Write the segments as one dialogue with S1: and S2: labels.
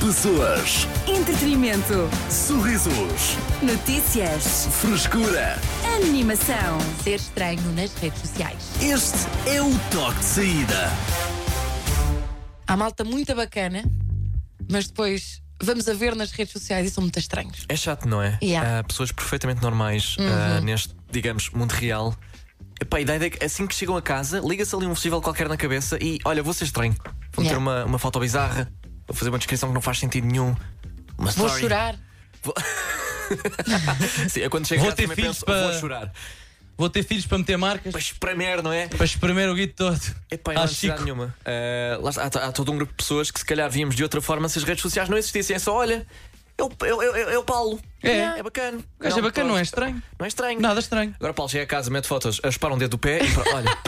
S1: Pessoas,
S2: Entretenimento.
S1: sorrisos,
S2: Notícias.
S1: frescura.
S2: Animação.
S3: ser estranho nas redes sociais.
S1: Este é o toque de saída.
S3: Há malta muito bacana, mas depois vamos a ver nas redes sociais e são muito estranhos.
S4: É chato, não é?
S3: Yeah. Uhum.
S4: Há pessoas perfeitamente normais ah, neste, digamos, mundo real. Epá, a ideia é que assim que chegam a casa, liga-se ali um festival qualquer na cabeça e olha, vou ser estranho. Vou
S3: Yeah.
S4: ter uma, uma foto bizarra, vou fazer uma descrição que não faz sentido nenhum. Uma
S3: Vou
S4: story.
S3: chorar.
S4: Sim, eu quando chego a
S5: Vou
S4: casa
S5: ter
S4: também
S5: filhos
S4: penso,
S5: para-
S4: vou chorar.
S5: Vou ter filhos para meter marcas,
S4: Mas para merda, não é?
S5: para espremer o guito todo.
S4: Epá,
S5: Ah,
S4: não há
S5: Chico.
S4: necessidade nenhuma. Ah, lá está, há, há todo um grupo de pessoas que se calhar víamos de outra forma se as redes sociais não existissem. É só, olha, é o, é o- é o- é o Paulo.
S5: É.
S4: é bacana.
S5: O gajo é bacana, não é
S4: pronto.
S5: estranho?
S4: Não é estranho.
S5: Nada estranho.
S4: Agora o Paulo chega a casa, mete fotos, espara um dedo do pé e para, olha,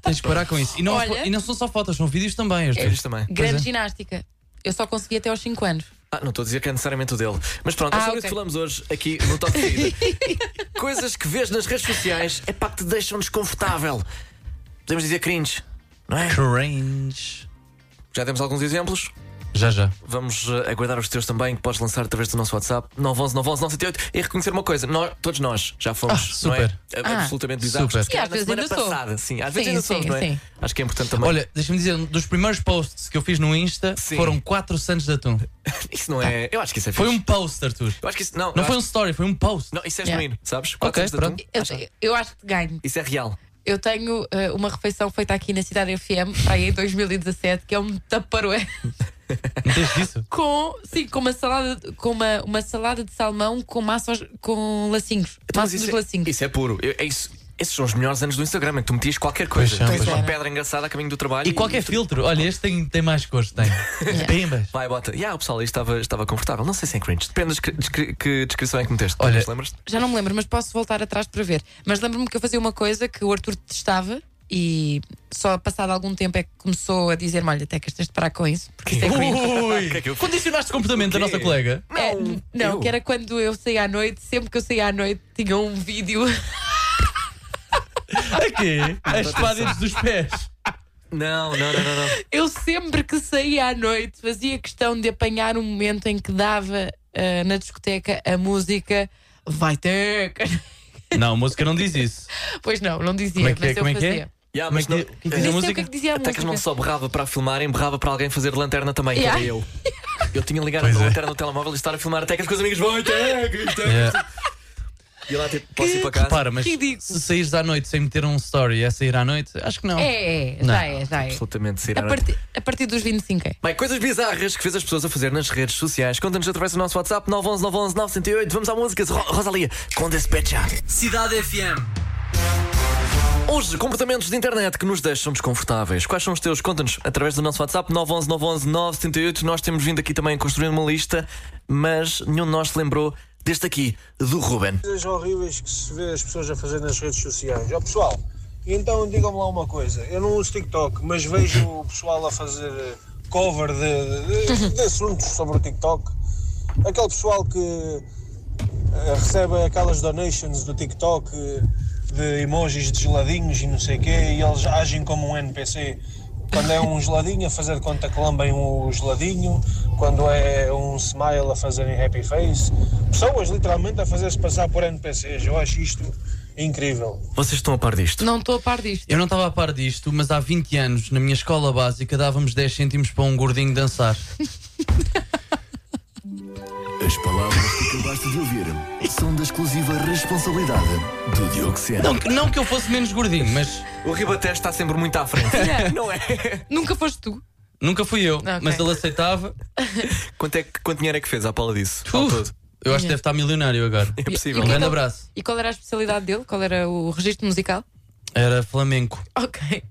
S5: Tens de parar com isso. E não,
S3: Olha.
S5: e não são só fotos, são vídeos também. os
S4: vídeos
S5: dois.
S4: também.
S3: Grande
S5: é.
S3: ginástica. Eu só consegui até aos 5 anos.
S4: Ah, não estou a dizer que é necessariamente o dele. Mas pronto, é
S3: Ah,
S4: sobre
S3: ok.
S4: isso que falamos hoje aqui no Top de Saída. Coisas que vês nas redes sociais é pá que te deixam desconfortável. Podemos dizer cringe, não é?
S5: Cringe.
S4: Já demos alguns exemplos.
S5: Já, já.
S4: Vamos eh, aguardar os teus também, que podes lançar através do nosso WhatsApp 911 911 978 e reconhecer uma coisa: nós, todos nós já fomos
S5: Ah, super.
S4: não é? É
S3: Ah,
S4: absolutamente bizarros.
S5: super.
S4: Se calhar
S3: E às
S4: na
S3: vezes
S4: semana
S3: ainda sou.
S4: passada, sim, às vezes
S3: Sim,
S4: ainda
S3: sim,
S4: somos, não é?
S3: sim.
S4: Acho que é importante também.
S5: Olha, deixa-me dizer, um dos primeiros posts que eu fiz no Insta
S4: Sim.
S5: foram 4 santos de atum.
S4: isso não é. Eu acho que isso é
S5: Foi
S4: fixe.
S5: um post, Arthur.
S4: Eu acho que isso. Não,
S5: Não
S4: eu
S5: foi um
S4: acho-
S5: story, foi um post.
S4: Não, isso é
S3: Yeah.
S4: genuíno, sabes?
S5: Ok,
S4: anos de atum.
S5: pronto.
S3: Eu, eu acho que ganho.
S4: Isso é real.
S3: Eu tenho eh, uma refeição feita aqui na Cidade FM, para aí em 2017, que é um taparoé
S5: Não tens disso?
S3: com, sim, com uma salada, com uma, uma salada de salmão com massa aos- com lacinhos.
S4: Então, mas
S3: Massa dos
S4: isso,
S3: lacinhos.
S4: é, isso é puro. Eu- é isso- esses são os melhores anos do Instagram, em que tu metias qualquer coisa.
S5: Pois são,
S4: Tens
S5: pois é.
S4: uma
S3: são.
S4: pedra engraçada a caminho do trabalho.
S5: E qualquer
S4: tu-
S5: filtro. Olha, este tem, tem mais cores, tem.
S3: É.
S5: Pimbas.
S4: Vai, bota. E ah, o pessoal aí estava, estava confortável. Não sei se é cringe. Depende da descri- que descrição é que meteste.
S5: Olha-
S4: Mas lembras-te?
S3: Já não me lembro, mas posso voltar atrás para ver. Mas lembro-me que eu fazia uma coisa que o Arthur testava e só passado algum tempo é que começou a dizer-me: Olha, até que tens de parar com isso, porque isso é cringe.
S5: Ui!
S4: que é que eu fiz?
S5: Condicionaste o comportamento
S4: O
S5: da
S4: quê?
S5: nossa colega.
S3: É,
S4: Não,
S3: não,
S4: eu?
S3: que era quando eu saía à noite, sempre que eu saía à noite tinha um vídeo.
S5: Aqui, a espada entre os pés.
S4: Não, não, não, não. não.
S3: Eu sempre que saía à noite fazia questão de apanhar um momento em que dava ah, na discoteca a música Vai ter.
S5: Não, a música não diz isso.
S3: Pois não, não dizia,
S5: Como é que
S3: mas
S5: é?
S3: eu
S5: Como é que é?
S3: fazia.
S4: Yeah,
S5: Como é
S4: mas
S5: que-
S4: não-
S5: o que é que
S3: Eu
S5: diz a
S3: nem sei o que é
S5: música?
S3: que dizia a
S4: Até que eles não
S3: música.
S4: só berrava para filmarem, berrava para alguém fazer de lanterna também, que
S3: Yeah.
S4: era eu. Eu tinha ligado
S5: Pois
S4: a
S5: é.
S4: lanterna no telemóvel e estar a filmar até que as coisas amigas vão, até que- até que-"
S5: Yeah.
S4: E eu lá tipo, posso ir para casa?
S5: É. Repara, mas
S3: Ridículo.
S5: se saíres à noite sem meter um story é sair à noite, acho que não.
S3: É, é,
S5: Não.
S3: já é, já é.
S4: Absolutamente, sim.
S3: A partir, a partir dos 25 é.
S4: Bem, coisas bizarras que fez as pessoas a fazer nas redes sociais. Conta-nos através do nosso WhatsApp 911 911 908. Vamos à música Ro Rosalia com Despecha.
S1: Cidade FM.
S4: Hoje, comportamentos de internet que nos deixam desconfortáveis. Quais são os teus? Conta-nos através do nosso WhatsApp 911 911 978. Nós temos vindo aqui também construindo uma lista, mas nenhum de nós se lembrou deste aqui, do Ruben.
S6: coisas horríveis que se vê as pessoas a fazer nas redes sociais. Ó pessoal, então digam-me lá uma coisa. Eu não uso TikTok, mas vejo o pessoal a fazer eh, cover de, de- de assuntos sobre o TikTok. Aquele pessoal que eh, recebe aquelas donations do TikTok eh, de emojis de geladinhos e não sei o quê, e eles agem como um NPC. Quando é um geladinho a fazer conta que lambem o geladinho, quando é um smile a fazerem happy face, pessoas literalmente a fazer-se passar por NPCs. Eu acho isto incrível.
S4: Vocês estão a par disto?
S3: Não estou a par disto.
S5: Eu não estava a par disto, mas há 20 anos, na minha escola básica, dávamos 10 cêntimos para um gordinho dançar.
S1: As palavras que acabaste de ouvir são da exclusiva responsabilidade do Diogo Sena.
S5: Não, que- não que eu fosse menos gordinho, mas
S4: O Ribatejo está sempre muito à frente. não é?
S3: Nunca foste tu.
S5: nunca fui eu.
S3: Ok.
S5: Mas ele aceitava.
S4: Quanto, é que, quanto dinheiro é que fez à Paula disso? Ao
S5: Uf,
S4: todo?
S5: eu acho que deve estar milionário agora.
S4: É possível.
S3: E
S5: Um
S3: o que é
S5: grande
S3: que-
S5: abraço.
S3: E qual era a especialidade dele? Qual era o registro musical?
S5: Era flamenco.
S3: Ok.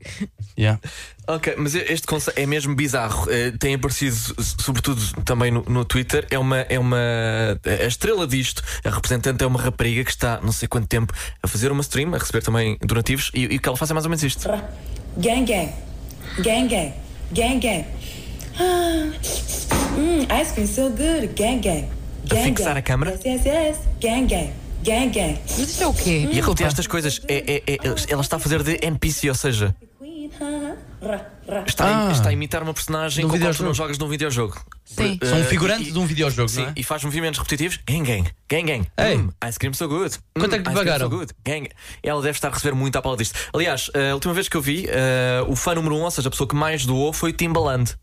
S5: Yeah.
S4: Ok, mas este conceito é mesmo bizarro. Eh, tem aparecido, s- sobretudo também no, no Twitter. É uma, é uma. A estrela disto, a representante é uma rapariga que está não sei quanto tempo a fazer uma stream, a receber também donativos, e, e o que ela faz é mais ou menos isto.
S7: Gang gang. Gang gang. Gang gang. Ah, mm, ice cream so good. Gang gang. Gang
S4: fixar
S7: gang.
S4: a câmara?
S7: Yes, yes, yes. Gang gang. Gang gang.
S3: Mas isto é o quê?
S4: E a repetir estas coisas, é, é- é- ela está a fazer de NPC, ou seja,
S7: Queen, huh? Ra, Rá.
S4: Está,
S5: Ah.
S4: a, está a imitar uma personagem
S5: Do
S4: com a qual tu
S5: videojogo.
S4: não jogas num videojogo.
S3: Sim.
S4: Eh,
S5: São um
S4: eh,
S5: figurante
S4: e-
S5: de um videojogo,
S4: Sim,
S5: não é?
S4: e faz movimentos repetitivos. Gang, gang, gang, gang.
S5: Ei.
S4: Hum, ice cream so good. Hum,
S5: Quanto é que te
S4: ice cream
S5: pagaram?
S4: So good. Gang. Ela deve estar a receber muito à pala disto. Aliás, eh, a última vez que eu vi, eh, o fã número 1, um, ou seja, a pessoa que mais doou foi Timbaland.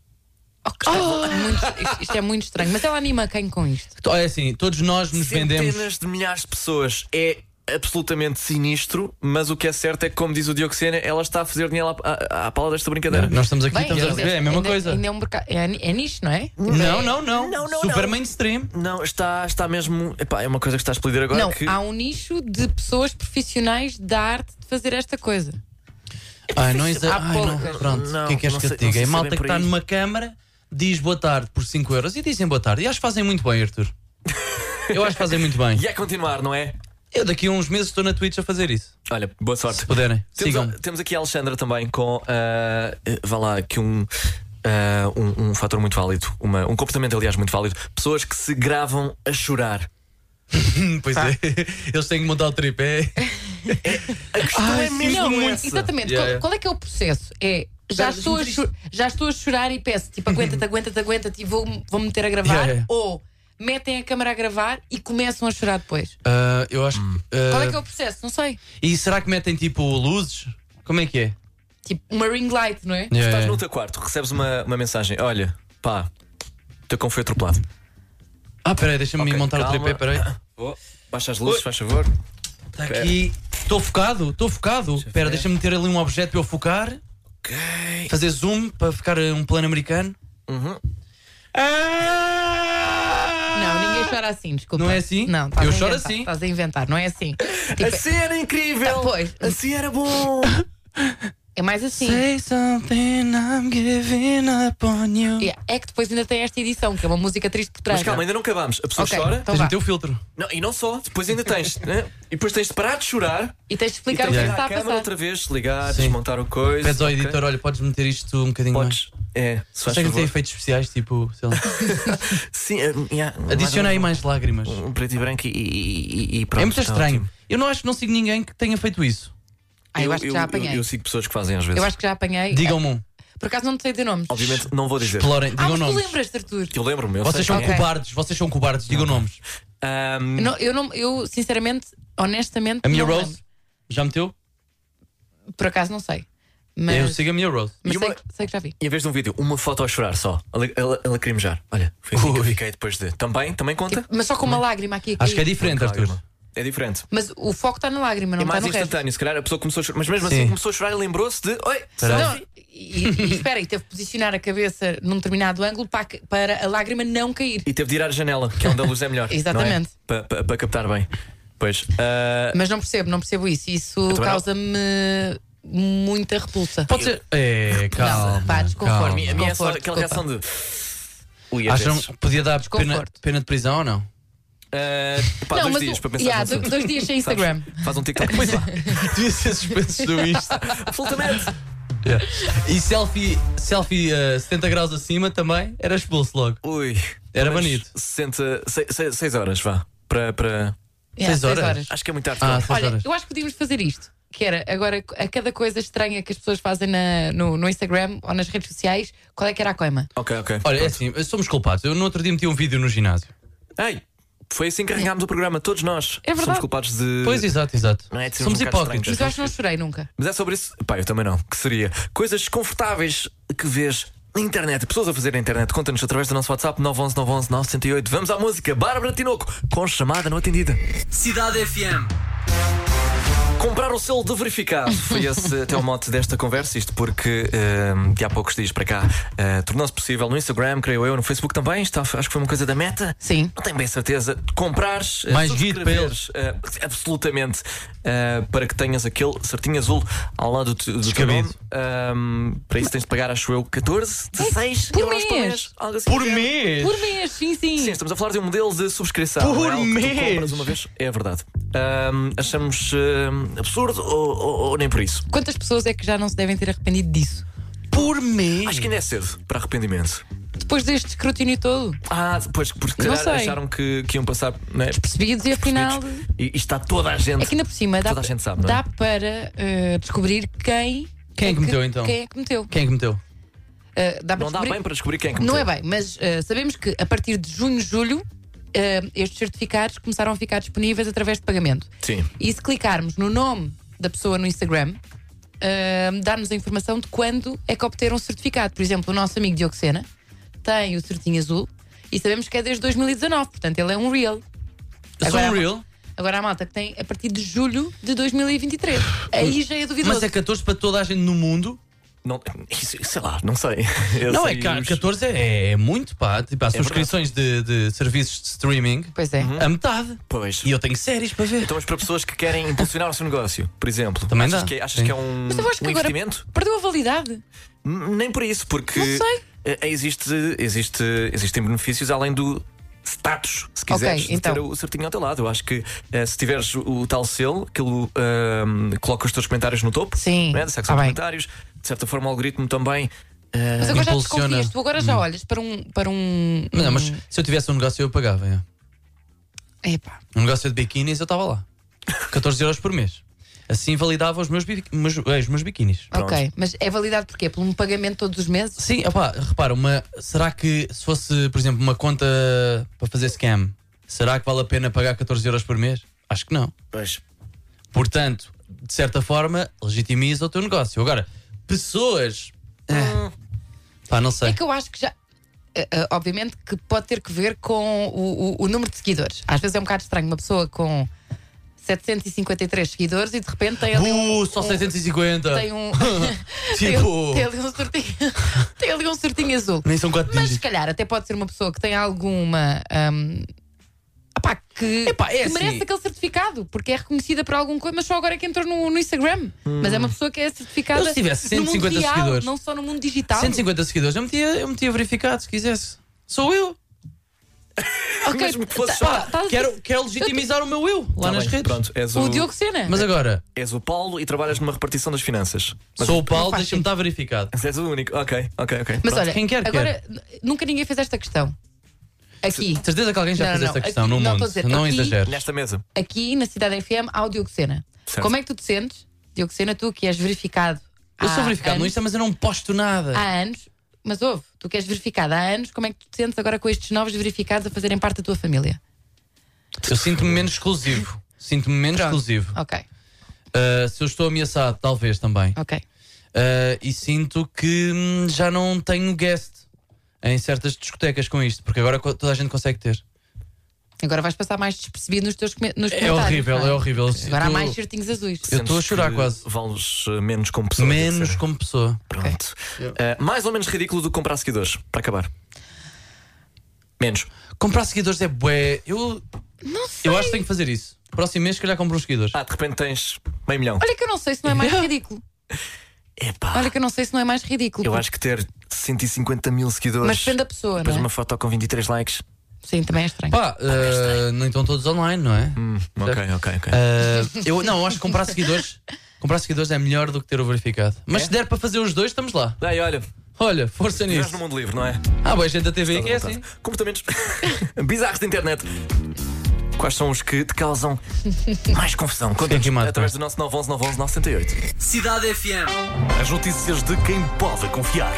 S3: Ok. Muito- isto, isto é muito estranho. Mas ela anima quem com isto?
S5: Olha assim, todos nós nos
S4: Centenas
S5: vendemos.
S4: de milhares de pessoas. É absolutamente sinistro, mas o que é certo é que, como diz o Dioxena, ela está a fazer dinheiro à, à, à pala desta brincadeira.
S5: Nós estamos aqui,
S3: Bem,
S5: estamos a
S3: ainda-
S5: receber, é a mesma
S3: ainda-
S5: coisa.
S3: ainda é, um mercado- é, ni- é nicho, não é?
S5: Não, não, não.
S4: Não, não,
S5: Super
S4: não.
S5: mainstream.
S4: Não, está, está mesmo. Epá, é uma coisa que está a explodir agora.
S3: não,
S4: que...
S3: há um nicho de pessoas profissionais da arte de fazer esta coisa.
S5: Ai, não exa...
S3: Há
S5: Ai,
S3: poucas.
S5: não. Pronto,
S4: é Não,
S5: o que é que és
S4: não
S5: que eu
S4: sei-
S5: te
S4: não
S5: diga?
S4: sei
S5: É
S4: se é
S5: malta
S4: bem
S5: que
S4: por
S5: está
S4: aí.
S5: numa câmara, diz boa tarde por 5 euros e dizem boa tarde. E acho que fazem muito bem, Arthur. Eu acho que fazem muito bem.
S4: E é continuar, não é?
S5: Eu daqui a uns meses estou na Twitch a fazer isso.
S4: Olha, boa sorte.
S5: Se puderem,
S4: Temos,
S5: sigam-me.
S4: a- temos aqui a Alexandra também com. ah, eh, vá lá, que um. ah, um, um fator muito válido, uma- um comportamento, aliás, muito válido. Pessoas que se gravam a chorar. um-
S5: Hum, Pois é, eles têm que montar o tripé.
S4: A questão é mesmo
S3: não,
S4: essa.
S3: exatamente.
S5: Yeah,
S3: qual,
S5: yeah.
S3: qual é que é o processo? É. Já
S5: Espera,
S3: estou, a
S5: deixa-me
S3: cho- já estou a chorar e peço, tipo, aguenta-te, aguenta-te, aguenta-te e vou, vou me meter a gravar.
S5: Yeah, yeah.
S3: Ou metem a câmara a gravar e começam a chorar depois.
S5: Ah, eu acho.
S4: Hum.
S5: ah,
S3: Qual é que é o processo? Não sei.
S5: E será que metem tipo luzes? Como é que é?
S3: Tipo, uma ring light, não é?
S4: Estás no teu quarto, recebes uma, uma mensagem: Olha, pá, o teu cão foi atropelado.
S5: Ah, peraí, deixa-me
S4: Ok,
S5: montar o
S4: calma.
S5: tripé, peraí.
S4: Vou- Baixa as luzes, faz favor.
S3: Tipo,
S5: Está aqui. Estou focado, estou focado. Espera, deixa-me meter ali um objeto para eu focar.
S4: Ok.
S5: Fazer zoom para ficar eh, um plano americano. Ah!
S3: Não, ninguém chora assim, desculpa.
S5: Não é assim?
S3: Não, estás
S5: Eu
S3: a
S5: choro
S3: inventar,
S5: assim.
S3: Estás a inventar, não é assim. Tipo,
S4: Assim era incrível!
S3: Ah, pois.
S4: Assim era bom!
S3: é mais assim.
S5: Say something I'm giving up on you.
S3: Yeah, É que depois ainda tem esta edição, que é uma música triste por trás.
S4: Mas calma, ainda não acabamos. A pessoa
S3: Ok,
S4: chora
S3: então
S5: Tens de
S3: vá.
S5: meter o filtro.
S4: não, e não só, depois ainda tens, né? E depois tens de parar de chorar
S3: E tens de
S4: e
S3: explicar
S4: tens
S3: o
S4: de
S3: que é
S4: ir
S3: que está
S4: à
S3: a
S4: câmara
S3: passar.
S4: outra vez, ligar,
S5: Sim.
S4: desmontar o coisa.
S5: Pedes ao
S4: ok?
S5: editor, olha, podes meter isto um bocadinho mais.
S4: Podes. É, se faz
S5: Será que tem
S4: favor.
S5: efeitos especiais, tipo, sei lá.
S4: Sim, eh, yeah,
S5: Adiciona aí mais lágrimas.
S4: Um preto e branco e, e- e pronto.
S5: É muito
S4: está
S5: estranho.
S4: ótimo.
S5: Eu não acho que não sigo ninguém que tenha feito isso.
S3: Ah, eu, acho que já apanhei.
S4: Eu,
S3: Eu,
S4: eu sigo pessoas que fazem às vezes.
S3: acho que já apanhei. Ah,
S5: Digam-me um.
S3: Por acaso não te sei de nomes.
S4: Obviamente não vou dizer.
S5: Explorem,
S3: É. Ah,
S5: digam
S3: mas tu
S5: nomes.
S3: lembras-te, Arthur?
S4: Eu lembro-me. eu
S5: Vocês
S4: sei
S5: são
S4: quem é.
S5: cobardes, vocês são cobardes, digam nomes.
S4: Ahm,
S3: Não, eu, não, eu, sinceramente, honestamente.
S5: A minha
S3: não
S5: Rose? Já meteu?
S3: lembro. Por acaso não sei.
S5: Eu
S3: Mas,
S5: sigo a minha Rose.
S3: mas
S4: E
S3: sei,
S4: uma-
S3: que- sei que já vi.
S4: Em vez de um vídeo, uma foto a chorar só, a la- a la- a lacrimejar. Olha, foi assim que eu
S5: Ui.
S4: fiquei depois de. Também, também conta?
S3: Mas só com uma lágrima aqui. a
S5: Acho que é
S3: cair.
S5: diferente, Arthur.
S4: Lágrima. É diferente.
S3: Mas o foco está na lágrima, não
S4: é
S3: está
S4: mais
S3: no resto.
S4: instantâneo, se calhar a pessoa começou a chorar, mas mesmo
S5: Sim.
S4: assim começou a chorar e lembrou-se de. Oi,
S3: Não, e, e espera, e teve que posicionar a cabeça num determinado ângulo para, que- para a lágrima não cair.
S4: E teve de ir à janela, que é onde a luz é melhor.
S3: Exatamente.
S4: Para captar bem. Pois. ah,
S3: Mas não percebo, não percebo isso. Isso
S4: também não.
S3: causa-me muita repulsa.
S5: Pode ser. É, calma.
S3: Não, pá, desconforme.
S5: calma.
S4: a minha, a minha é só
S3: Conforto,
S4: aquela
S3: desculpa.
S4: reação de. Ui, às
S5: Acham
S4: vezes.
S5: que podia dar pena,
S3: Desconforto.
S5: pena de prisão ou não?
S4: Ah, pá,
S3: Não,
S4: dois
S3: mas
S4: dias
S3: o-
S4: para pensar.
S3: yeah,
S4: no assunto.
S3: do- dois dias sem
S4: Sabes?
S3: Instagram.
S4: Faz um TikTok. Pois
S5: Devia ser suspensos do Insta.
S4: Absolutamente.
S5: E selfie, selfie eh, 70 graus acima também, era expulso logo.
S4: Ui.
S5: Era
S4: mas
S5: bonito.
S4: 60, 6, horas, vá. Para, para.
S3: Yeah,
S5: Seis horas.
S4: Acho que é muito tarde.
S5: Ah,
S4: claro.
S5: seis
S3: Olha,
S5: horas.
S3: eu acho que podíamos fazer isto. Que era agora a cada coisa estranha que as pessoas fazem na- no, no Instagram ou nas redes sociais, qual é que era a coima?
S4: Ok, ok.
S5: Olha, é assim, somos culpados. Eu no outro dia meti um vídeo no ginásio.
S4: Ei, foi assim que arrancámos o programa, todos nós.
S3: É verdade.
S4: Somos culpados de.
S5: Pois, exato, exato.
S4: Não é de ser um
S5: Somos
S4: bocado
S5: hipócritas.
S3: Mas eu acho que não chorei nunca.
S4: Mas é sobre isso. Pá, eu também não. Que seria coisas desconfortáveis que vês na internet, pessoas a fazer na internet. Conta-nos através do nosso WhatsApp 911 911 968. Vamos à música. Bárbara Tinoco com chamada não atendida.
S5: Cidade FM.
S4: Comprar o selo de verificado. Foi esse até o mote desta conversa. Isto porque ehm, de há poucos dias para cá eh, tornou-se possível no Instagram, creio eu, no Facebook também. Está, acho que foi uma coisa da meta.
S3: Sim.
S4: Não tenho bem certeza. Comprares. eh,
S5: Mais guito para
S4: subscreveres, eh, absolutamente. eh, para que tenhas aquele certinho azul ao lado do, te- do teu
S5: Descabido.
S4: nome. Ehm, para isso tens de pagar, acho eu, 14, 16
S3: É, por
S4: euros por
S3: mês.
S4: mês. Algo assim
S5: Por
S4: do género.
S5: mês!
S3: Por mês, sim, sim.
S4: Sim, estamos a falar de um modelo de subscrição.
S5: Por
S4: não é algo que tu
S5: mês.
S4: compras uma vez. É verdade. Ahm, achamos ahm, absurdo ou, ou- ou nem por isso?
S3: Quantas pessoas é que já não se devem ter arrependido disso?
S5: Por mês!
S4: Acho que ainda é cedo para arrependimento.
S3: Depois deste escrutínio todo,
S4: Ah, pois, porque se
S3: Não
S4: calhar
S3: sei.
S4: acharam que, que iam passar. Né?
S3: percebidos e afinal.
S4: E, e está toda a gente.
S3: É que ainda por cima dá,
S4: Toda a gente sabe, não é?
S3: dá para eh, descobrir quem.
S5: Quem é que meteu, então?
S3: Quem é que meteu?
S5: Quem é que meteu?
S3: eh, dá para
S4: Não dá
S3: descobrir-
S4: bem para descobrir quem é que
S3: Não é
S4: meteu.
S3: bem, mas eh, sabemos que a partir de junho, julho, eh, estes certificados começaram a ficar disponíveis através de pagamento.
S4: Sim.
S3: E se clicarmos no nome da pessoa no Instagram, eh, dá-nos a informação de quando é que obteram o certificado. Por exemplo, o nosso amigo Diogo Sena tem o certinho azul e sabemos que é desde 2019, portanto ele é um real.
S5: Eu sou
S3: Agora-
S5: um real.
S3: Agora a malta que tem a partir de julho de 2023. Aí já é duvidoso.
S5: Mas é 14 para toda a gente no mundo?
S4: Não, isso- sei lá, não sei. Eu
S5: não,
S4: sei
S5: é ca-
S4: os-
S5: 14 é, é muito, pá. Tipo, há subscrições de, de serviços de streaming,
S3: Pois é.
S4: Uhum.
S5: a metade.
S4: Pois.
S5: E eu tenho séries para ver.
S4: Então, mas para pessoas que querem impulsionar o seu negócio, por exemplo,
S5: Também
S4: achas,
S5: dá,
S4: que, achas
S5: sim.
S4: que é um,
S3: Mas eu acho que
S4: um
S3: agora
S4: investimento?
S3: perdeu a validade.
S4: N- Nem por isso, porque
S3: Não sei.
S4: eh, existe, existe, existem benefícios além do status, se quiseres,
S3: então.
S4: de ter o certinho ao teu lado. Eu acho que eh, se tiveres o, o tal selo, aquilo eh, coloca os teus comentários no topo,
S3: Sim.
S4: Né, da secção
S3: Ah,
S4: de
S3: bem.
S4: comentários, de certa forma o algoritmo também. eh,
S3: Mas agora já
S5: Ah, Impulsiona. Hum.
S3: desconfias, tu agora já olhas para um. Para um
S5: Não, mas se eu tivesse um negócio, eu pagava. é.
S3: Epá.
S5: Um negócio de biquinis, eu estava lá. 14 euros por mês. Assim validava os meus, bi- meus, eh, os meus biquinis.
S3: Ok, mas é validado porquê? Por um pagamento todos os meses?
S5: Sim, opá, repara, uma, será que se fosse, por exemplo, uma conta para fazer scam, será que vale a pena pagar 14 euros por mês? Acho que não.
S4: pois.
S5: Portanto, de certa forma, legitimiza o teu negócio. Agora, pessoas. eh, Pá, não sei.
S3: É que eu acho que já. eh, eh, obviamente que pode ter que ver com o, o- o número de seguidores. Às vezes é um bocado estranho uma pessoa com 753 seguidores e de repente tem ali um.
S5: Uh, só 750.
S3: Tem um. tem,
S5: Tipo.
S3: tem ali um sortinho. tem ali um sortinho azul.
S5: Nem são 4
S3: Mas
S5: dígitos.
S3: se calhar até pode ser uma pessoa que tem alguma. hum, opá, que,
S5: Epá, é
S3: que merece
S5: assim.
S3: aquele certificado, porque é reconhecida por alguma coisa, mas só agora é que entrou no, no Instagram. Mas é uma pessoa que é certificada.
S5: Eu Hum. se tivesse
S3: no mundo
S5: 150
S3: real,
S5: seguidores.
S3: Não só no mundo digital.
S5: 150 seguidores. Eu metia, eu metia verificado se quisesse. Sou eu.
S3: Ok,
S4: Mesmo que fosse
S3: tá-
S5: Pá,
S3: tá- tá-
S5: quero, quero legitimizar o meu eu lá
S4: Tá
S5: nas
S4: bem,
S5: redes.
S4: Pronto, és o,
S3: O Diogo Sena.
S5: Mas agora,
S4: és o Paulo e trabalhas numa repartição das finanças. Mas
S5: sou o Paulo,
S3: faz
S5: deixa-me estar verificado.
S4: mas és o único. Ok, ok, ok.
S3: Mas
S4: Pronto.
S3: olha,
S5: quem quer, quer.
S3: agora n- nunca ninguém fez esta questão. Aqui,
S5: De certeza que alguém já
S3: Não,
S5: fez
S3: não,
S5: esta
S3: aqui-
S5: questão no
S3: não, tô a
S5: mundo.
S3: dizer,
S5: não
S3: aqui-
S5: exageres.
S4: Nesta mesa.
S3: aqui na Cidade FM, há o Diogo Sena.
S4: Certo.
S3: Como é que tu te sentes, Diogo Sena, tu que és verificado?
S5: Eu sou
S3: há
S5: verificado no
S3: anos?
S5: Insta, mas é eu não posto nada.
S3: há anos, mas houve, tu que és verificada há anos, como é que tu te sentes agora com estes novos verificados a fazerem parte da tua família?
S5: Eu sinto-me menos exclusivo. Sinto-me menos
S3: Pronto. Ah.
S5: exclusivo.
S3: Ok,
S5: Uh, se eu estou ameaçado, talvez também.
S3: ok.
S5: Uh, e sinto que hum, já não tenho guest em certas discotecas com isto, porque agora co- toda a gente consegue ter.
S3: Agora vais passar mais despercebido nos teus come- nos
S5: É
S3: comentários,
S5: horrível,
S3: não
S5: é horrível. Eu
S3: Agora há
S5: sinto-
S3: mais certinhos azuis.
S5: Eu estou a
S4: Sentes
S5: chorar
S4: que
S5: quase.
S4: Vales eh, menos como pessoa. deve
S5: Menos
S4: ser.
S5: como pessoa.
S4: Pronto. Eh, mais ou menos ridículo do que comprar seguidores, para acabar. Menos.
S5: Comprar seguidores é bué. Eu,
S3: Não sei.
S5: eu acho que tenho que fazer isso. Próximo mês, se calhar, compro uns seguidores.
S4: Ah, de repente tens meio milhão.
S3: Olha que eu não sei se não é mais ridículo.
S4: Epá,
S3: Olha que eu não sei se não é mais ridículo.
S4: eu acho que ter 150 mil seguidores.
S3: Mas depende da pessoa, não
S4: Depois
S3: é?
S4: uma foto com 23 likes.
S3: Sim, também é estranho.
S5: Pá, uh, não estão todos online, não é?
S4: Hum, ok, ok, ok.
S5: Uh, eu, não, eu acho que comprar seguidores. Comprar seguidores é melhor do que ter o verificado. Mas
S4: É?
S5: se der para fazer os dois, estamos lá.
S4: Daí, Eh, olha,
S5: Olha, força
S4: estás
S5: nisso.
S4: no mundo livre, não é?
S5: Ah, boa, gente da TV que é
S4: Estás à
S5: assim.
S4: vontade. Comportamentos bizarros da internet. Quais são os que te causam mais confusão? Conta-nos
S5: queimado,
S4: através
S5: pá.
S4: do nosso 911 911 908.
S8: Cidade FM.
S1: As notícias de quem pode confiar.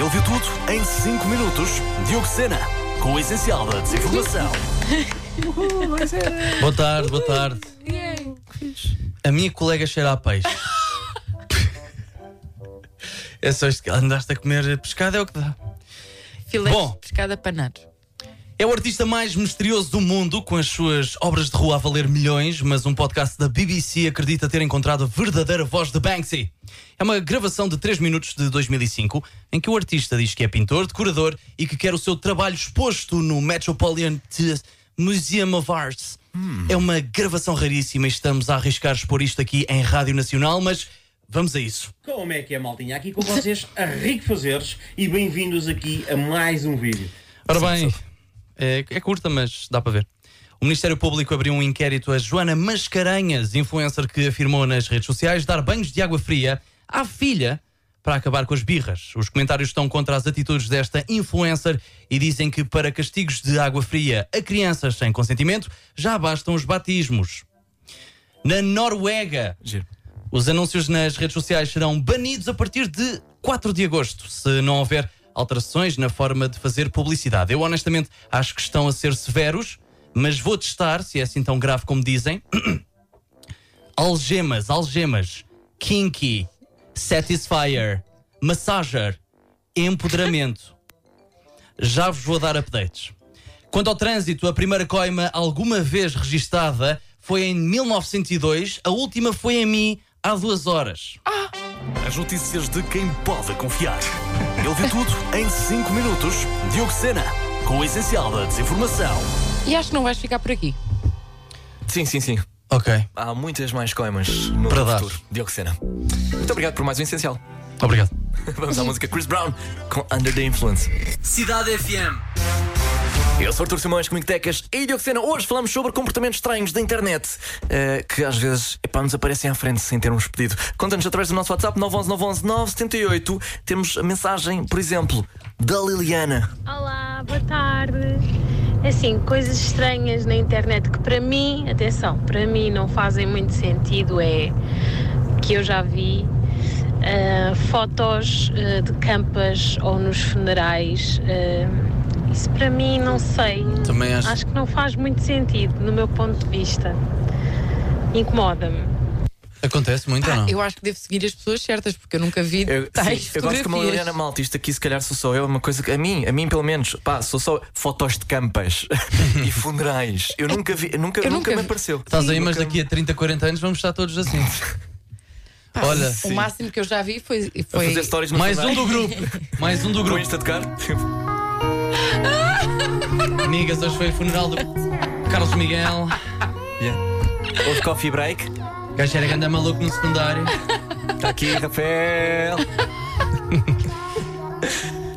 S1: Ele viu tudo em 5 minutos. Diogo Sena, com o essencial da desinformação.
S5: assim. Boa tarde, boa tarde. A minha colega cheira a peixe. é só isto que andaste a comer pescado, é o que dá.
S3: Filés
S5: bom.
S3: de pescada panados.
S5: É o artista mais misterioso do mundo, com as suas obras de rua a valer milhões, mas um podcast da BBC acredita ter encontrado a verdadeira voz de Banksy. É uma gravação de 3 minutos de 2005, em que o artista diz que é pintor, decorador e que quer o seu trabalho exposto no Metropolitan T- Museum of Arts. É uma gravação raríssima e estamos a arriscar expor isto aqui em Rádio Nacional, mas vamos a isso.
S9: Como é que é, maltinha? Aqui com vocês, a Rico Fazeres, e bem-vindos aqui a mais um vídeo.
S5: Ora bem, é, é curta, mas dá para ver. O Ministério Público abriu um inquérito a Joana Mascarenhas, influencer que afirmou nas redes sociais dar banhos de água fria à filha para acabar com as birras. Os comentários estão contra as atitudes desta influencer e dizem que para castigos de água fria a crianças sem consentimento já bastam os batismos. Na Noruega,
S4: Giro.
S5: Os anúncios nas redes sociais serão banidos a partir de 4 de agosto, se não houver alterações na forma de fazer publicidade. Eu honestamente acho que estão a ser severos, mas vou testar se é assim tão grave como dizem. algemas, algemas, kinky, satisfier, massager, empoderamento. Já vos vou dar updates. Quanto ao trânsito, a primeira coima alguma vez registada foi em 1902, a última foi em mim há duas horas.
S1: As notícias de quem pode confiar. Ele viu tudo em 5 minutos. Diogo Sena, com o essencial da desinformação.
S3: E acho que não vais ficar por aqui.
S4: Sim, sim, sim.
S5: Ok,
S4: Há muitas mais coimas no
S5: Para dar.
S4: futuro. Diogo Sena. Muito obrigado por mais um essencial.
S5: obrigado.
S4: Vamos à música Chris Brown com Under the Influence.
S8: Cidade FM.
S4: Eu sou Artur Simões, comigo Tecas e Diogo Sena. Hoje falamos sobre comportamentos estranhos da internet eh, que às vezes epá, nos aparecem à frente sem termos pedido. Conta-nos através do nosso WhatsApp 911 911 978. Temos a mensagem, por exemplo, da Liliana.
S10: Olá, boa tarde. Assim, coisas estranhas na internet que para mim, atenção, para mim não fazem muito sentido é que eu já vi ah, fotos ah, de campas ou nos funerais. ah, isso para mim não sei.
S5: Também acho.
S10: Acho que não faz muito sentido no meu ponto de vista. Incomoda-me.
S5: Acontece muito ou
S3: Ah,
S5: não?
S3: eu acho que devo seguir as pessoas certas, porque eu nunca vi
S4: Eu,
S3: tais
S4: sim, eu gosto que uma
S3: fotografias.
S4: Liliana Malta, isto aqui se calhar sou só eu, é uma coisa que a mim, a mim pelo menos, pá, sou só fotos de campas e funerais. Eu nunca vi, nunca,
S3: Eu
S4: nunca,
S3: nunca
S4: me
S3: vi.
S4: apareceu.
S5: Estás aí,
S4: Nunca
S5: mas
S4: me-
S5: daqui a 30, 40 anos vamos estar todos assim.
S3: Pá,
S5: Olha,
S3: o
S5: sim.
S3: máximo que eu já vi foi.
S4: a
S3: foi
S4: fazer stories no
S5: Mais um
S4: funerais.
S5: do grupo, mais um do
S4: Com
S5: grupo.
S4: isto a tocar.
S5: Amigas, hoje foi o funeral do Carlos Miguel.
S4: Yeah. Houve coffee break.
S5: Gajo era ganda maluco no secundário.
S4: Está aqui, Rafael.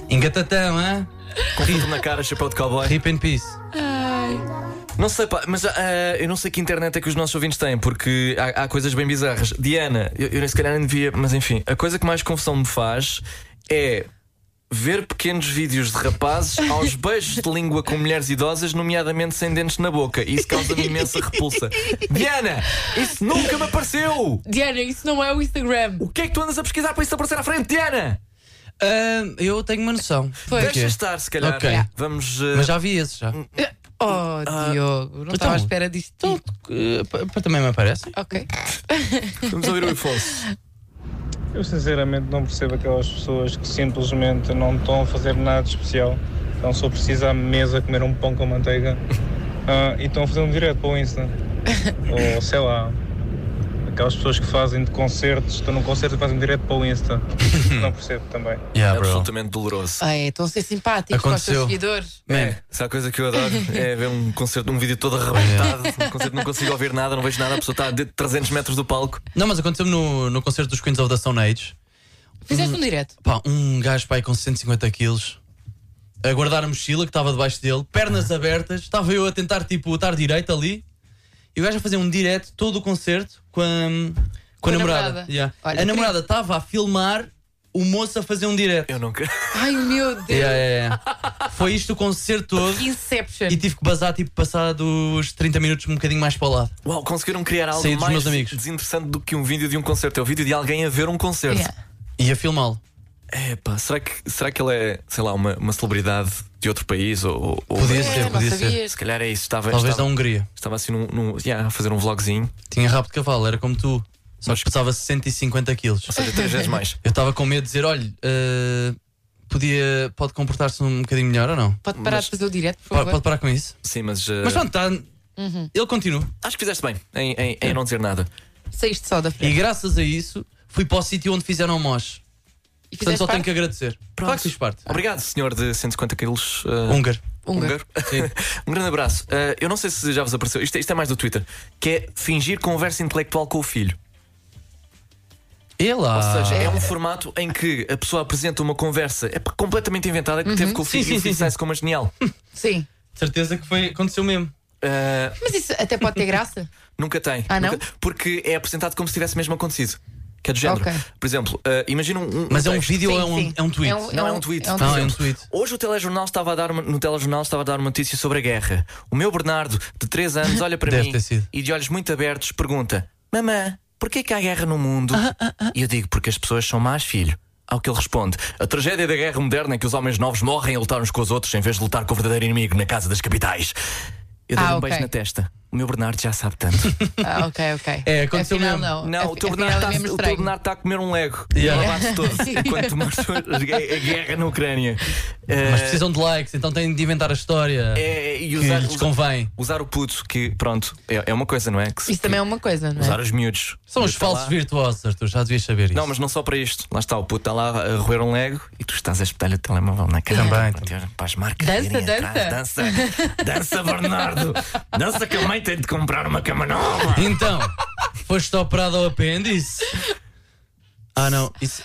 S5: Engatatão, hã?
S4: Com filtro na cara, chapéu de cowboy.
S5: Rip in peace.
S4: Não sei, pá, mas ah, eu não sei que internet é que os nossos ouvintes têm, porque há, há coisas bem bizarras. Diana, eu, eu se calhar nem devia, mas enfim, a coisa que mais confusão me faz é ver pequenos vídeos de rapazes aos beijos de língua com mulheres idosas, nomeadamente sem dentes na boca. Isso causa-me imensa repulsa. Diana, isso nunca me apareceu!
S3: Diana, isso não é o Instagram.
S4: O que é que tu andas a pesquisar para isso aparecer à frente, Diana?
S5: Ah, eu tenho uma noção.
S3: Pois.
S5: Do quê?
S4: Deixa estar, se calhar.
S5: Ok.
S4: Vamos.
S5: Mas
S4: ah,
S5: já vi esse já.
S3: Oh, Diogo, não estava à espera disto.
S4: hum.
S3: Tipo,
S5: Então, eh, pa- pa- também me aparece.
S3: Ok.
S4: Vamos ouvir o Afonso.
S11: Eu sinceramente não percebo aquelas pessoas que simplesmente não estão a fazer nada de especial. Estão só preciso à mesa comer um pão com manteiga ah, e estão a fazer um direto para o Insta. Ou sei lá, aquelas pessoas que fazem de concertos, estão num concerto e fazem um direto para o Insta. Não percebo também.
S4: É
S5: Yeah,
S4: absolutamente doloroso.
S3: Ai, estão a ser simpáticos com os
S5: Aconteceu.
S3: seus seguidores.
S5: Man,
S4: É, se há coisa que eu adoro é ver um concerto, um vídeo todo arrebentado,
S5: É.
S4: um concerto não consigo ouvir nada, não vejo nada, a pessoa está a de- 300 metros do palco.
S5: Não, mas aconteceu-me no, no concerto dos Queens of the Stone Age.
S3: Fizeste
S5: Uhum.
S3: um direto.
S5: Pá, um gajo pai com 150 quilos a guardar a mochila que estava debaixo dele, pernas abertas. Estava eu a tentar, tipo, estar direito ali. E o gajo a fazer um direto todo o concerto com a, com a
S3: a
S5: namorada.
S3: namorada.
S5: Yeah.
S3: Olha,
S5: a
S3: incrível.
S5: namorada estava a filmar o moço a fazer um direto.
S4: Eu não quero.
S3: Ai, meu Deus.
S5: Yeah, yeah, yeah. Foi isto o concerto todo.
S3: Inception.
S5: E tive que bazar, tipo, passados 30 minutos, um bocadinho mais para o lado.
S4: Uau, conseguiram criar algo
S5: Saí dos
S4: mais
S5: meus amigos.
S4: desinteressante do que um vídeo de um concerto. É o vídeo de alguém a ver um concerto.
S3: Yeah.
S5: E a filmá-lo.
S4: Epá, será que, será que ele é, sei lá, uma, uma celebridade de outro país? Ou, ou-
S5: Podia
S4: ou-
S5: ser,
S3: não
S5: podia ser.
S3: sabias.
S4: Se calhar é isso, estava,
S5: Talvez da
S4: estava,
S5: Hungria.
S4: estava assim num, num- yeah, a fazer um vlogzinho,
S5: Tinha rabo de cavalo, era como tu. Só que pesava 150 quilos.
S4: ou seja, três vezes mais.
S5: Eu estava com medo de dizer: olha, eh, podia, pode comportar-se um bocadinho melhor ou não?
S3: Pode parar de fazer o direto, por
S5: Pa-
S3: favor.
S5: Pode, parar com isso?
S4: Sim, mas, Tá eh, Uhum.
S5: Mas pronto, tá, ele continua.
S4: acho que fizeste bem em, em-
S5: É.
S4: em não dizer nada.
S3: Saíste só da
S5: E
S4: É.
S3: frente.
S5: graças a isso, fui para o sítio onde fizeram o MOS.
S3: E
S5: Portanto,
S3: fizeste
S5: só tenho
S3: parte?
S5: que agradecer. Claro que fiz parte.
S4: Obrigado, senhor de 150 quilos. eh,
S5: Húngaro.
S3: Húngaro.
S4: Húngaro. um grande abraço. Uh, eu não sei se já vos apareceu, isto, é- isto é mais do Twitter, que é fingir conversa intelectual com o filho.
S5: E lá.
S4: Ou seja, é um formato em que a pessoa apresenta uma conversa é pá, completamente inventada que
S3: Uhum.
S4: teve com o filho e
S5: Sim,
S4: o
S5: sim,
S4: filho
S5: sim,
S4: sai-se como genial.
S3: Sim.
S4: um-
S5: Certeza que foi, aconteceu mesmo.
S4: Uh,
S3: Mas isso até pode ter graça.
S4: nunca tem.
S3: Ah, não?
S4: Nunca- porque é apresentado como se tivesse mesmo acontecido. Que é do género.
S3: Ok.
S4: Por exemplo, uh, imagina um. um
S5: Mas é um
S4: texto.
S5: vídeo ou é
S3: Sim,
S5: um,
S3: sim.
S5: é um tweet?
S4: Não, é um tweet.
S3: é um
S5: Não, é um
S3: tweet.
S5: tweet.
S4: Hoje o telejornal estava a dar uma, no telejornal estava a dar uma notícia sobre a guerra. O meu Bernardo, de 3 anos, olha para
S5: Deve
S4: mim
S5: ter sido.
S4: e de olhos muito abertos pergunta: "Mamã, porquê que há guerra no mundo?
S3: Ah,
S4: E eu digo, porque as pessoas são más, filho. Ao que ele responde: A tragédia da guerra moderna é que os homens novos morrem a lutar uns com os outros em vez de lutar com o verdadeiro inimigo na casa das capitais. Eu dei
S3: Ah,
S4: um
S3: ok.
S4: beijo na testa. O meu Bernardo já sabe tanto.
S3: Ah, ok, ok.
S5: É, aconteceu
S3: Afinal,
S5: mesmo.
S3: Não,
S4: Não, o teu
S3: afinal
S4: Bernardo
S3: é mesmo
S4: está- o teu
S3: estranho.
S4: Bernardo está a comer um lego.
S5: Yeah.
S4: E lavaste todo. Enquanto mostras a gue- a guerra na Ucrânia. Eh,
S5: Mas precisam de likes, então têm de inventar a história.
S4: é, e
S5: que
S4: usar,
S5: lhes convém.
S4: usar o puto, que pronto, é, é uma coisa, não é? Que se-
S3: Isso também é uma coisa, não é?
S4: Usar os miúdos.
S5: São os
S4: Está
S5: falsos
S4: lá.
S5: virtuosos, Arthur, já devias saber isso.
S4: Não, mas não só para isto. Lá está, o puto está lá a roer um lego e tu estás a espetar o telemóvel na cara.
S5: Também,
S4: Para ter- Para as marcas.
S3: Dança,
S4: irem atrás.
S3: dança.
S4: Dança, dança, Bernardo. Dança que a mãe tem de comprar uma cama nova.
S5: Então, foste operado ao apêndice? Ah, não, isso,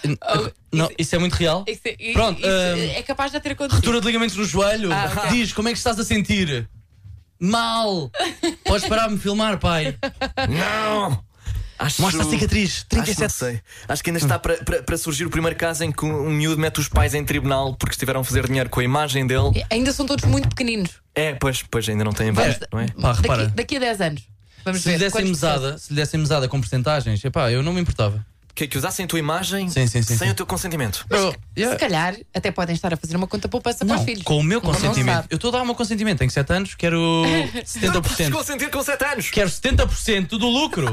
S5: não, isso é muito real.
S3: Oh, Isso é- i-
S5: Pronto,
S3: isso
S5: hum,
S3: é capaz de ter acontecido.
S5: Retura de ligamentos no joelho.
S3: Ah, ok.
S5: Diz, como é que estás a sentir? Mal! Podes parar de me filmar, pai.
S4: Não! Acho-
S5: Mostra a cicatriz.
S4: Acho, que
S5: 37.
S4: não sei. Acho que ainda está para- para para surgir o primeiro caso em que um miúdo mete os pais em tribunal porque estiveram a fazer dinheiro com a imagem dele.
S3: Ainda são todos muito pequeninos.
S4: É, pois, pois ainda não tem voz, não é?
S5: Pá, repara.
S3: Daqui, daqui a 10 anos. Vamos
S5: Se
S3: ver.
S5: lhe dessem
S3: quantos
S5: mesada, se lhe dessem mesada com porcentagens, epá, eu não me importava.
S4: Que, que usassem a tua imagem
S5: Sim, sim, sim,
S4: sem
S5: sim.
S4: o teu consentimento.
S5: Bro,
S3: Se calhar até podem estar a fazer uma conta poupança para
S5: não,
S3: os filhos.
S5: com o meu
S3: Não
S5: consentimento.
S3: sabe.
S5: Eu estou a dar o meu consentimento. Tenho 7 anos, quero Então,
S4: Podes
S5: 70%.
S4: consentir com 7 anos!
S5: Quero 70% do lucro.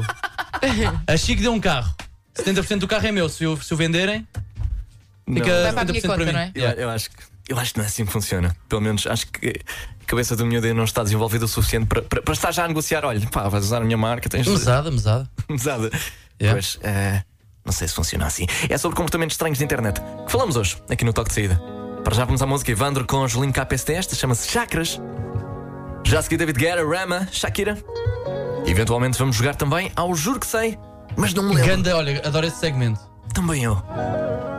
S5: A Chico deu um carro. 70% do carro é meu. Se o, se o venderem,
S4: Não.
S5: fica
S3: Vai para a minha
S5: 70% para
S3: conta,
S5: mim.
S3: não é?
S4: Eu, eu acho que, eu acho que não é assim que funciona. Pelo menos acho que a cabeça do miúdo ainda não está desenvolvida o suficiente para, para, para estar já a negociar. Olha, pá, vais usar a minha marca, tens de-
S5: Mesada, mesada.
S4: mesada.
S5: Yeah.
S4: Pois, eh, não sei se funciona assim. É sobre comportamentos estranhos da internet que falamos hoje, aqui no Toque de Saída. Para já vamos à música Evandro com Julinho KPST, esta chama-se Chakras. Já a seguir David Guerra, Rama, Shakira. Eventualmente vamos jogar também ao Juro que Sei, mas não me lembro.
S5: Ganda, olha, adoro esse segmento.
S4: Também eu.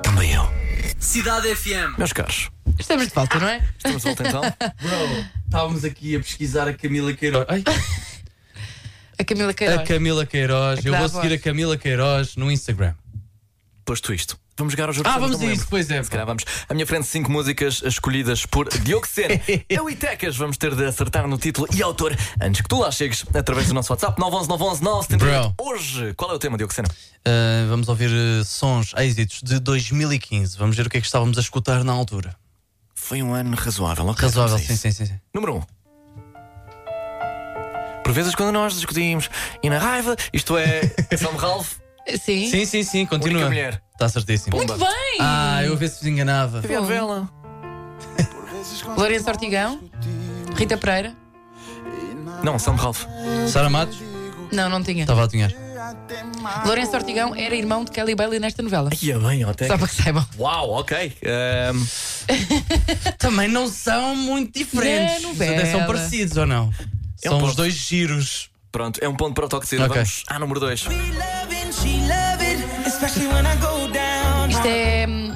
S4: Também eu.
S5: Cidade FM.
S4: Meus caros,
S3: Estamos de volta, não é?
S4: estamos de volta então.
S5: Bro, estávamos aqui a pesquisar a Camila Queiroz. Ai,
S3: A Camila
S5: a
S3: Queiroz.
S5: Camila Queiroz.
S3: É que
S5: Eu
S3: dá
S5: vou
S3: a
S5: seguir
S3: voz.
S5: a Camila Queiroz no Instagram.
S4: Posto isto, vamos jogar ao Juro que
S5: Ah,
S4: Sei, mas
S5: vamos
S4: não
S5: a
S4: me
S5: isso,
S4: lembro.
S5: pois é.
S4: Se calhar vamos. À minha frente, cinco músicas escolhidas por Diogo Sena. Eu e Tecas vamos ter de acertar no título e autor antes que tu lá chegues através do nosso WhatsApp 911 911 978.
S5: Bro.
S4: Hoje, qual é o tema, Diogo Sena?
S5: Ah, vamos ouvir ah, sons, êxitos de 2015. Vamos ver o que é que estávamos a escutar na altura.
S4: Foi um ano razoável, ok?
S5: Razoável,
S4: Vamos a
S5: sim,
S4: isso.
S5: sim, sim. sim.
S4: Número 1. Um. Por vezes, quando nós discutimos e na raiva, isto é Sam Ralph,
S3: Sim.
S5: Sim, sim, sim,
S4: única
S5: continua.
S4: mulher.
S5: Está certíssimo.
S3: Muito bem!
S5: Ah, eu a ver se vos enganava.
S4: Vê a vela.
S5: Ah.
S3: Lourenço Ortigão. Rita Pereira.
S4: Não, Sam Ralph.
S5: Sara Matos?
S3: Não, não tinha.
S5: Estava a adivinhar.
S3: Lourenço Ortigão era irmão de Kelly Bailey nesta novela.
S5: é
S4: Ia bem, ó,
S3: Só para
S4: Tecas.
S3: que saibam.
S4: Uau, ok. Ahm,
S5: Também não são muito diferentes.
S3: Na
S5: Mas Até são
S3: é novela.
S5: parecidos ou não?
S4: É um
S5: são os
S4: pouco.
S5: dois giros.
S4: pronto, é um ponto para o toque de saída.
S5: Ok.
S4: Vamos à número 2.
S3: Isto é. hum,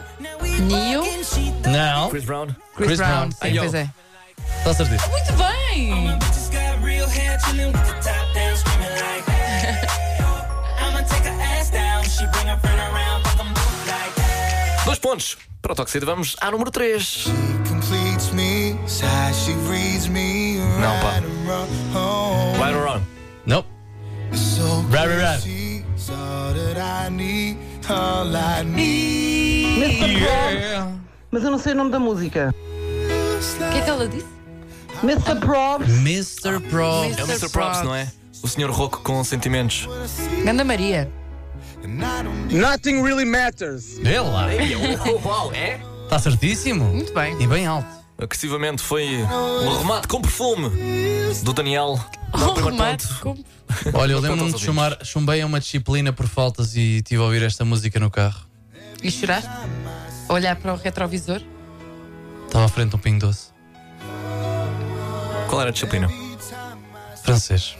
S3: Neo.
S5: Não.
S4: Chris Brown.
S3: Chris,
S5: Chris
S3: Brown.
S5: Brown.
S3: Sim,
S4: Ai,
S3: pois
S4: eu.
S3: é.
S5: Está certíssimo.
S3: Muito bem!
S4: Dois pontos. Para o Toque Cedo vamos à número 3. Não, pá. Right or wrong.
S5: Não. Rari Rari.
S8: Mas eu não sei o nome da música.
S3: O que é que ela disse?
S8: Mr. Probs.
S5: Mr. Pro.
S4: É o Mr. Props, não é? O Sr. Rocco com sentimentos.
S3: Ganda Maria.
S11: Nothing really matters.
S5: Vê é lá.
S4: Uau, é?
S5: Está certíssimo.
S3: Muito bem.
S5: E bem alto.
S4: Agressivamente foi um remate com perfume do Daniel. Dá o primeiro
S3: remate.
S4: ponto.
S3: Como-
S5: Olha, eu
S4: Mas
S5: lembro-me
S3: Então tá
S5: de
S4: quantos
S5: chumar, chumbei a uma disciplina por faltas e estive a ouvir esta música no carro.
S3: E choraste? A Olhar para o retrovisor?
S5: Estava à frente de um pingo doce.
S4: Qual era a disciplina?
S5: Francês.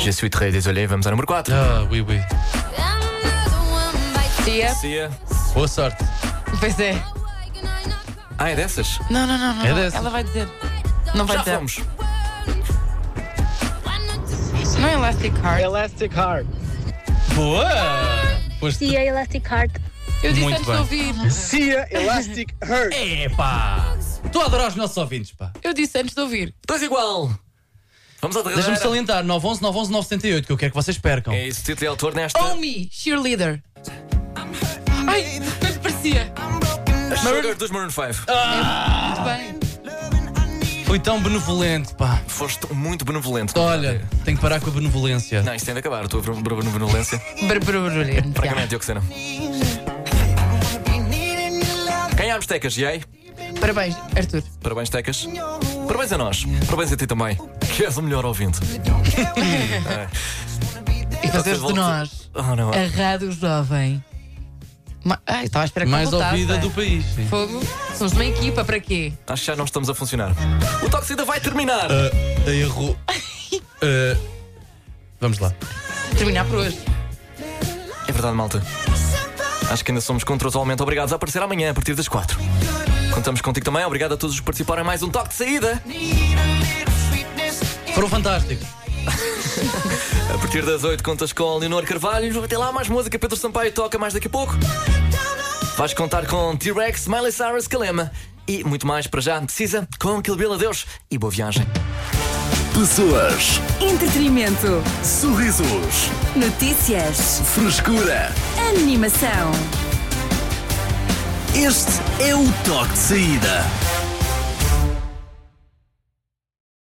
S4: Je suis très désolé. Vamos à número 4.
S5: Ah, oui, oui.
S3: Tia.
S4: Cia.
S5: Boa sorte.
S3: Pois é.
S4: Ah, é dessas?
S3: Não, não, não. não.
S5: É
S3: não.
S5: dessas.
S3: ela vai dizer. Não vai
S4: Já
S3: dizer.
S4: vamos.
S3: Não é Elastic Heart.
S11: Elastic Heart.
S5: Boa! Pois
S10: E a Elastic Heart
S3: Eu disse
S5: Muito
S3: antes
S5: bem. Uhum.
S3: de ouvir.
S11: Cia Elastic Heart.
S3: é?
S5: Epá! Estou a adorar os nossos ouvintes, pá.
S3: Eu disse antes de ouvir.
S4: Dois igual. Vamos à derradeira.
S5: Deixa-me salientar, 911 911 978, que eu quero que vocês percam.
S4: É isso, título e autor nesta.
S3: Own Me, Cheerleader. Ai, mas parecia.
S4: Sugar dos Maroon 5.
S3: Ah. Muito bem.
S5: Foi tão benevolente, pá.
S4: Foste muito benevolente.
S5: Olha, tenho que parar com a benevolência.
S4: Não, isto tem de acabar. A tua br- br- benevolência.
S3: Br- br- br-
S4: Para cá, Dioxena. Ganhámos é tecas, e aí?
S3: Parabéns, Arthur.
S4: Parabéns, tecas. Parabéns a nós. Parabéns a ti também, que és o melhor ouvinte.
S5: Então,
S3: E fazeres de nós
S4: Oh, não.
S3: a rádio jovem. Ma- Ai, estava à
S4: é
S3: espera que
S5: Mais
S3: não voltasse.
S5: ouvida do país. sim.
S3: Fogo. Somos uma equipa, para quê?
S4: Acho que já não estamos a funcionar. O Toxida vai terminar.
S5: Ah, erro. Ah, vamos lá.
S3: Terminar por hoje.
S4: É verdade, malta. Acho que ainda somos controsalmente obrigados a aparecer amanhã a partir das 4. Contamos contigo também. Obrigado a todos os que participaram em mais um toque de saída.
S5: Foram fantásticos.
S4: A partir das 8 contas com Leonor Carvalho. Até lá, mais música. Pedro Sampaio toca mais daqui a pouco. Vais contar com T-Rex, Miley Cyrus, Kalema e muito mais para já. Precisa com Kill Bill. Adeus e boa viagem.
S1: Pessoas,
S2: Entretenimento.
S1: sorrisos,
S2: Notícias.
S1: frescura.
S2: Animação.
S1: Este é o toque de saída.